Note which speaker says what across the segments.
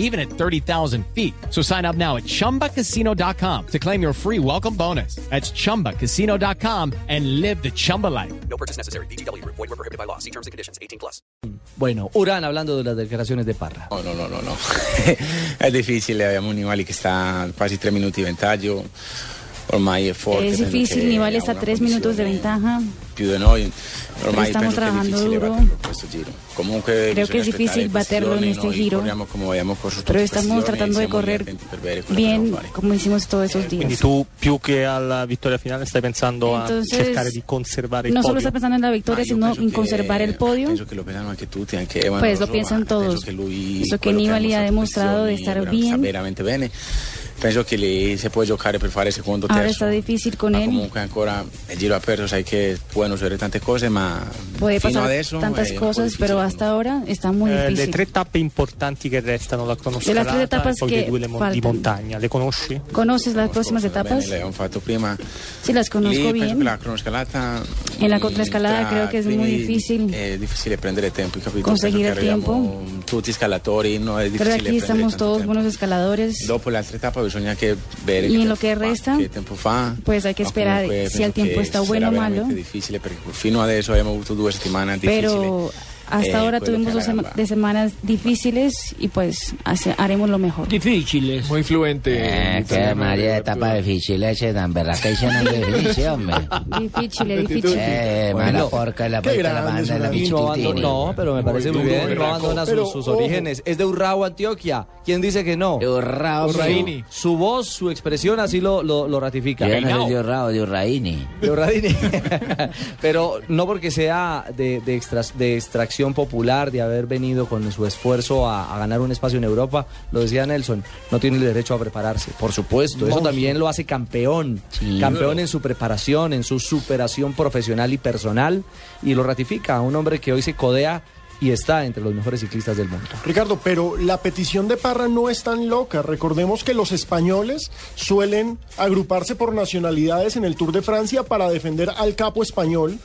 Speaker 1: even at 30,000 feet. So sign up now at ChumbaCasino.com to claim your free welcome bonus. That's ChumbaCasino.com and live the Chumba life.
Speaker 2: No purchase necessary. BGW. Void were prohibited by law. See terms and conditions. 18 plus.
Speaker 3: Bueno, Urán hablando de las declaraciones de Parra.
Speaker 4: Oh, No, no, no, no, eh, no. è difficile, abbiamo Nivali che sta quasi tre minuti di vantaggio, ormai è forte.
Speaker 5: Es
Speaker 4: penso
Speaker 5: difícil,
Speaker 4: che
Speaker 5: Nibali
Speaker 4: ha
Speaker 5: está
Speaker 4: pues, una eh,
Speaker 5: tres minutos de
Speaker 4: condizione
Speaker 5: ventaja.
Speaker 4: Più di noi, ormai
Speaker 5: Stiamo
Speaker 4: penso che è
Speaker 5: trabajando
Speaker 4: difficile
Speaker 5: duro.
Speaker 4: batterlo in questo pues, giro. Comunque
Speaker 5: Creo
Speaker 4: bisogna
Speaker 5: que es difícil
Speaker 4: aspettare questi
Speaker 5: batterlo in
Speaker 4: giorni,
Speaker 5: este
Speaker 4: noi
Speaker 5: giro.
Speaker 4: corriamo come abbiamo corso tutti
Speaker 5: Pero
Speaker 4: questi
Speaker 5: estamos
Speaker 4: giorni,
Speaker 5: tratando de
Speaker 4: siamo lì
Speaker 5: correr
Speaker 4: attenti per vedere quello che
Speaker 5: bien,
Speaker 4: dobbiamo fare.
Speaker 5: como hicimos todos esos
Speaker 6: Quindi
Speaker 5: días.
Speaker 6: tu più che alla vittoria finale stai pensando
Speaker 5: Entonces,
Speaker 6: a cercare di conservare il
Speaker 5: No solo
Speaker 6: podio.
Speaker 5: está pensando en la
Speaker 4: Ma
Speaker 5: victoria,
Speaker 4: io
Speaker 5: sino
Speaker 4: penso
Speaker 5: en
Speaker 4: che-
Speaker 5: conservar el podio.
Speaker 4: Penso che lo pensano anche tutti, anche Evan
Speaker 5: Pues lo
Speaker 4: Rosso,
Speaker 5: piensan
Speaker 4: ma penso
Speaker 5: todos.
Speaker 4: che lui,
Speaker 5: Eso que
Speaker 4: quello
Speaker 5: Nibali ha
Speaker 4: mostrato in
Speaker 5: demostrado
Speaker 4: questi
Speaker 5: di star
Speaker 4: giorni, sta
Speaker 5: bien.
Speaker 4: veramente bene. Penso che lì si può giocare per fare secondo
Speaker 5: Ahora
Speaker 4: terzo.
Speaker 5: está difícil con
Speaker 4: Ma
Speaker 5: él.
Speaker 4: comunque ancora il giro aperto, sai che pueden succedere tante cose, ma
Speaker 5: Puede
Speaker 4: fino eh,
Speaker 5: pasar
Speaker 4: adesso
Speaker 5: tantas
Speaker 4: è un po'
Speaker 5: cosas,
Speaker 4: difficile,
Speaker 5: pero
Speaker 4: no?
Speaker 5: hasta ahora está muy
Speaker 6: Eh, le
Speaker 5: difícil.
Speaker 6: tre tappe importanti che restano, la
Speaker 5: Le altre tre
Speaker 6: cronoscalata
Speaker 5: tappe
Speaker 6: e poi
Speaker 5: che
Speaker 6: le due le mon- di
Speaker 5: faltano.
Speaker 6: montagna, le conosci?
Speaker 5: ¿Conoces las próximas
Speaker 4: Bene,
Speaker 5: etapas?
Speaker 4: le abbiamo fatto prima.
Speaker 5: Sí, las
Speaker 4: Lì
Speaker 5: conozco
Speaker 4: penso che
Speaker 5: bien.
Speaker 4: la cronoscalata
Speaker 5: E la
Speaker 4: mm, eh,
Speaker 5: contrascalada
Speaker 4: tra-
Speaker 5: creo che è
Speaker 4: quindi
Speaker 5: molto difficile.
Speaker 4: È difficile prendere tempo, pues, hai capito?
Speaker 5: Conseguire
Speaker 4: Penso che
Speaker 5: tempo.
Speaker 4: arriviamo Tutti scalatori, no? È
Speaker 5: Pero
Speaker 4: difficile
Speaker 5: aquí
Speaker 4: prendere
Speaker 5: estamos
Speaker 4: tanto
Speaker 5: todos
Speaker 4: tempo.
Speaker 5: buenos escaladores.
Speaker 4: Dopo la altra etapa bisogna che vedere
Speaker 5: Y en lo
Speaker 4: tempo
Speaker 5: que
Speaker 4: fa,
Speaker 5: resta,
Speaker 4: che tempo fa,
Speaker 5: pues hay que
Speaker 4: ma
Speaker 5: esperar
Speaker 4: comunque
Speaker 5: si
Speaker 4: penso
Speaker 5: el tiempo
Speaker 4: che
Speaker 5: está bueno o
Speaker 4: sarà
Speaker 5: malo.
Speaker 4: veramente difficile perché fino adesso abbiamo avuto due settimane difficili.
Speaker 5: Pero
Speaker 4: Eh,
Speaker 5: hasta ahora
Speaker 4: quello
Speaker 5: tuvimos
Speaker 4: che
Speaker 5: dos sema-
Speaker 4: caramba.
Speaker 5: de semanas difíciles y pues hace- haremos lo mejor.
Speaker 7: Difíciles. Muy fluente.
Speaker 8: Eh, qué María, etapa difícil ese, tan verdad que hicieron difícil, hombre.
Speaker 5: Difíciles, difíciles.
Speaker 8: Eh, mala porca, la puerta la banda, la
Speaker 3: Y no,
Speaker 8: pichiquitini.
Speaker 3: abandona, no, pero me parece muy bien, no abandona sus- sus orígenes. Es de Urrao, Antioquia. ¿Quién dice que no?
Speaker 8: Urrao,
Speaker 3: Su, su voz, su expresión así lo, lo, lo ratifica.
Speaker 8: Yo no soy de Urrao, de Urraini.
Speaker 3: De Urradini. Pero no porque sea de, de extras- de extracción popular, de haber venido con su esfuerzo a, a ganar un espacio en Europa, lo decía Nelson, no tiene el derecho a prepararse. Por supuesto, eso también lo hace campeón.
Speaker 8: Sí.
Speaker 3: Campeón en su preparación, en su superación profesional y personal, y lo ratifica un hombre que hoy se codea y está entre los mejores ciclistas del mundo.
Speaker 9: Ricardo, pero la petición de Parra no es tan loca. Recordemos que los españoles suelen agruparse por nacionalidades en el Tour de Francia para defender al capo español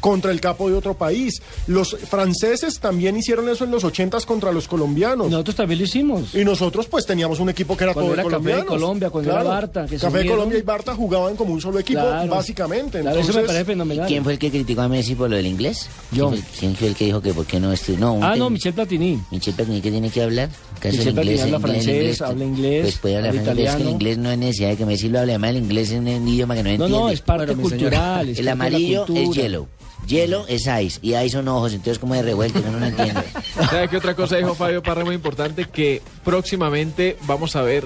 Speaker 9: contra el capo de otro país. Los franceses también hicieron eso en los 80s contra los colombianos.
Speaker 7: Nosotros también lo hicimos.
Speaker 9: Y nosotros pues teníamos un equipo que era
Speaker 7: Cuando
Speaker 9: todo de
Speaker 7: era Café de
Speaker 9: colombianos.
Speaker 7: Colombia, cuando era Barta, que se
Speaker 9: Café de
Speaker 7: unieron.
Speaker 9: Colombia y Barta jugaban como un solo equipo,
Speaker 7: Claro.
Speaker 9: básicamente.
Speaker 7: Claro, eso me
Speaker 9: Entonces,
Speaker 7: parece fenomenal.
Speaker 8: ¿Quién fue el que criticó a Messi por lo del inglés?
Speaker 7: Yo.
Speaker 8: ¿Quién fue, quién fue el que dijo que por qué no estudió? No, un
Speaker 7: Ah, no,
Speaker 8: técnico.
Speaker 7: Michel Platini.
Speaker 8: Michel Platini, ¿qué tiene que hablar? ¿Qué hace
Speaker 7: Michel
Speaker 8: el
Speaker 7: Platini
Speaker 8: inglés?
Speaker 7: habla
Speaker 8: El inglés, el
Speaker 7: francés,
Speaker 8: inglés,
Speaker 7: habla inglés,
Speaker 8: Pues puede hablar
Speaker 7: habla
Speaker 8: francés, es que el
Speaker 7: italiano.
Speaker 8: inglés no es necesidad de que Messi lo hable. Además, el inglés es un idioma que no
Speaker 7: No,
Speaker 8: entiende.
Speaker 7: no, es parte
Speaker 3: Bueno, mi señora,
Speaker 7: cultural. es parte de
Speaker 8: El
Speaker 7: la
Speaker 8: amarillo es
Speaker 7: cultura.
Speaker 8: hielo. Hielo es ice. Y ice son ojos. Entonces, como de revuelto, que uno no entiende.
Speaker 10: ¿Sabe qué otra cosa dijo Fabio Parra muy importante? Que próximamente vamos a ver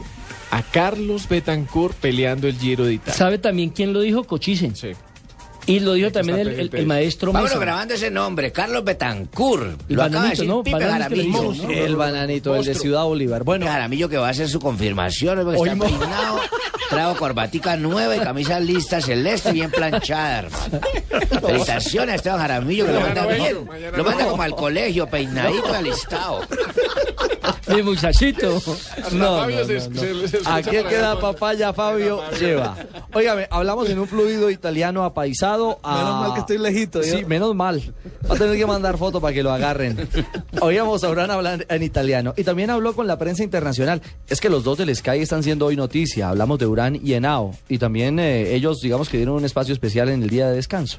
Speaker 10: a Carlos Betancourt peleando el Giro de Italia.
Speaker 7: ¿Sabe también quién lo dijo? Cochisen.
Speaker 10: Sí.
Speaker 7: Y lo dijo
Speaker 10: Hay que
Speaker 7: también
Speaker 10: estar
Speaker 7: el, el-
Speaker 10: pendiente
Speaker 7: el
Speaker 10: de eso.
Speaker 7: maestro
Speaker 8: Vámonos
Speaker 7: Mesa.
Speaker 8: grabando ese nombre. Carlos Betancourt.
Speaker 7: El
Speaker 8: Lo acaba de
Speaker 7: bananito,
Speaker 8: decir
Speaker 7: ¿no?
Speaker 8: Pipe
Speaker 7: Bananito que le
Speaker 8: Jaramillo.
Speaker 7: dicen,
Speaker 8: ¿no?
Speaker 7: ¿no?
Speaker 3: El bananito, el de Ciudad Bolívar.
Speaker 8: Bueno, Jaramillo que va a hacer su confirmación, porque
Speaker 3: Hoy
Speaker 8: está
Speaker 3: mo-
Speaker 8: peinado, trago corbatica nueva y camisa lista celeste bien planchada, hermano. Felicitaciones a Esteban Jaramillo que lo manda
Speaker 10: Mañana
Speaker 8: bien.
Speaker 10: vengo, mañana
Speaker 8: Lo manda
Speaker 10: vengo.
Speaker 8: como al colegio, peinadito, alistado.
Speaker 7: Mi muchachito.
Speaker 10: Hasta
Speaker 3: No,
Speaker 10: Fabio
Speaker 3: no,
Speaker 10: se-
Speaker 3: no, no.
Speaker 10: se- se escucha
Speaker 3: Aquí
Speaker 10: por
Speaker 3: el que
Speaker 10: allá
Speaker 3: da
Speaker 10: con-
Speaker 3: papaya, Fabio,
Speaker 10: Fabio.
Speaker 3: lleva. Óigame, hablamos en un fluido italiano apaisado. A...
Speaker 6: Menos mal que estoy lejito, yo-
Speaker 3: Sí, menos mal. Va a tener que mandar foto para que lo agarren. Oíamos a Urán hablar en italiano. Y también habló con la prensa internacional. Es que los dos del Sky están siendo hoy noticia. Hablamos de Urán y Henao. Y también eh, ellos, digamos que dieron un espacio especial en el día de descanso.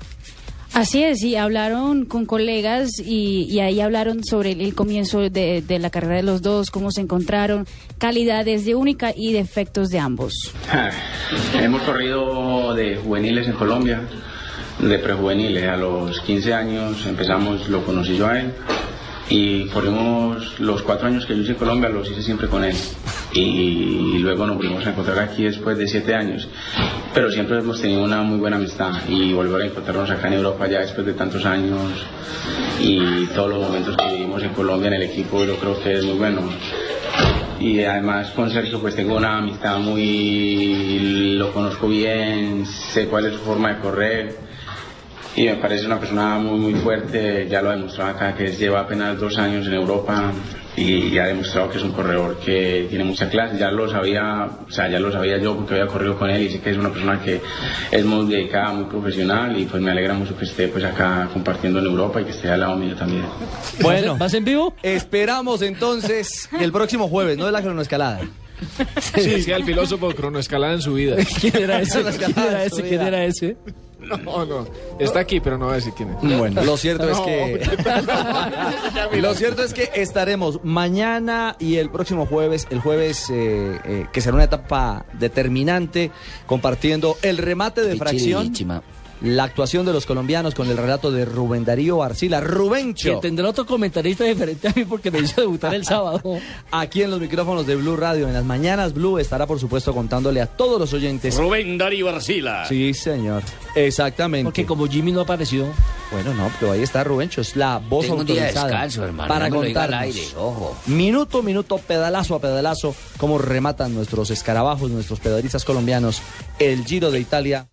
Speaker 5: Así es, y hablaron con colegas y, y ahí hablaron sobre el, el comienzo de, de la carrera de los dos, cómo se encontraron, calidades de única y defectos de ambos.
Speaker 4: Hemos corrido de juveniles en Colombia, de prejuveniles. A los 15 años empezamos, lo conocí yo a él. Y corrimos los cuatro años que yo hice en Colombia, los hice siempre con él. Y luego nos volvimos a encontrar aquí después de siete años. Pero siempre hemos tenido una muy buena amistad. Y volver a encontrarnos acá en Europa ya después de tantos años y todos los momentos que vivimos en Colombia en el equipo, yo creo que es muy bueno. Y además con Sergio pues tengo una amistad muy... lo conozco bien, sé cuál es su forma de correr Y me parece una persona muy, muy fuerte, ya lo ha demostrado acá, que lleva apenas dos años en Europa y ha demostrado que es un corredor que tiene mucha clase. Ya lo sabía, o sea, ya lo sabía yo porque había corrido con él y sé que es una persona que es muy dedicada, muy profesional y pues me alegra mucho que esté pues acá compartiendo en Europa y que esté al lado mío también.
Speaker 3: Bueno,
Speaker 7: ¿vas en vivo?
Speaker 3: Esperamos entonces que el próximo jueves, no de la cronoescalada.
Speaker 10: Sí, decía el filósofo cronoescalada en su vida.
Speaker 7: ¿Quién era ese?
Speaker 3: Las
Speaker 7: ¿Quién
Speaker 3: cagadas
Speaker 7: era
Speaker 3: de
Speaker 7: ese?
Speaker 3: su
Speaker 7: ¿Quién
Speaker 3: vida.
Speaker 7: era ese?
Speaker 10: No, no. Está aquí, pero no va a decir quién es.
Speaker 3: Bueno, lo cierto es que lo cierto es que estaremos mañana y el próximo jueves, el jueves eh, eh, que será una etapa determinante, compartiendo el remate de fracción,
Speaker 8: Pichirichima.
Speaker 3: la actuación de los colombianos con el relato de Rubén Darío Arcila,
Speaker 7: Que
Speaker 3: Rubencho,
Speaker 7: tendrá otro comentarista diferente a mí porque me hizo debutar el sábado.
Speaker 3: aquí en los micrófonos de Blue Radio en las mañanas Blue estará por supuesto contándole a todos los oyentes.
Speaker 11: Rubén Darío Arcila.
Speaker 3: Sí, señor. Exactamente.
Speaker 7: Porque como Jimmy no apareció.
Speaker 3: Bueno, no, pero ahí está Rubencho, es la voz
Speaker 8: Tengo un día de
Speaker 3: autorizada
Speaker 8: descanso, hermano.
Speaker 3: para
Speaker 8: no me lo diga al
Speaker 3: contarnos.
Speaker 8: aire, ojo.
Speaker 3: Minuto a minuto, pedalazo a pedalazo, cómo rematan nuestros escarabajos, nuestros pedalistas colombianos el Giro de Italia.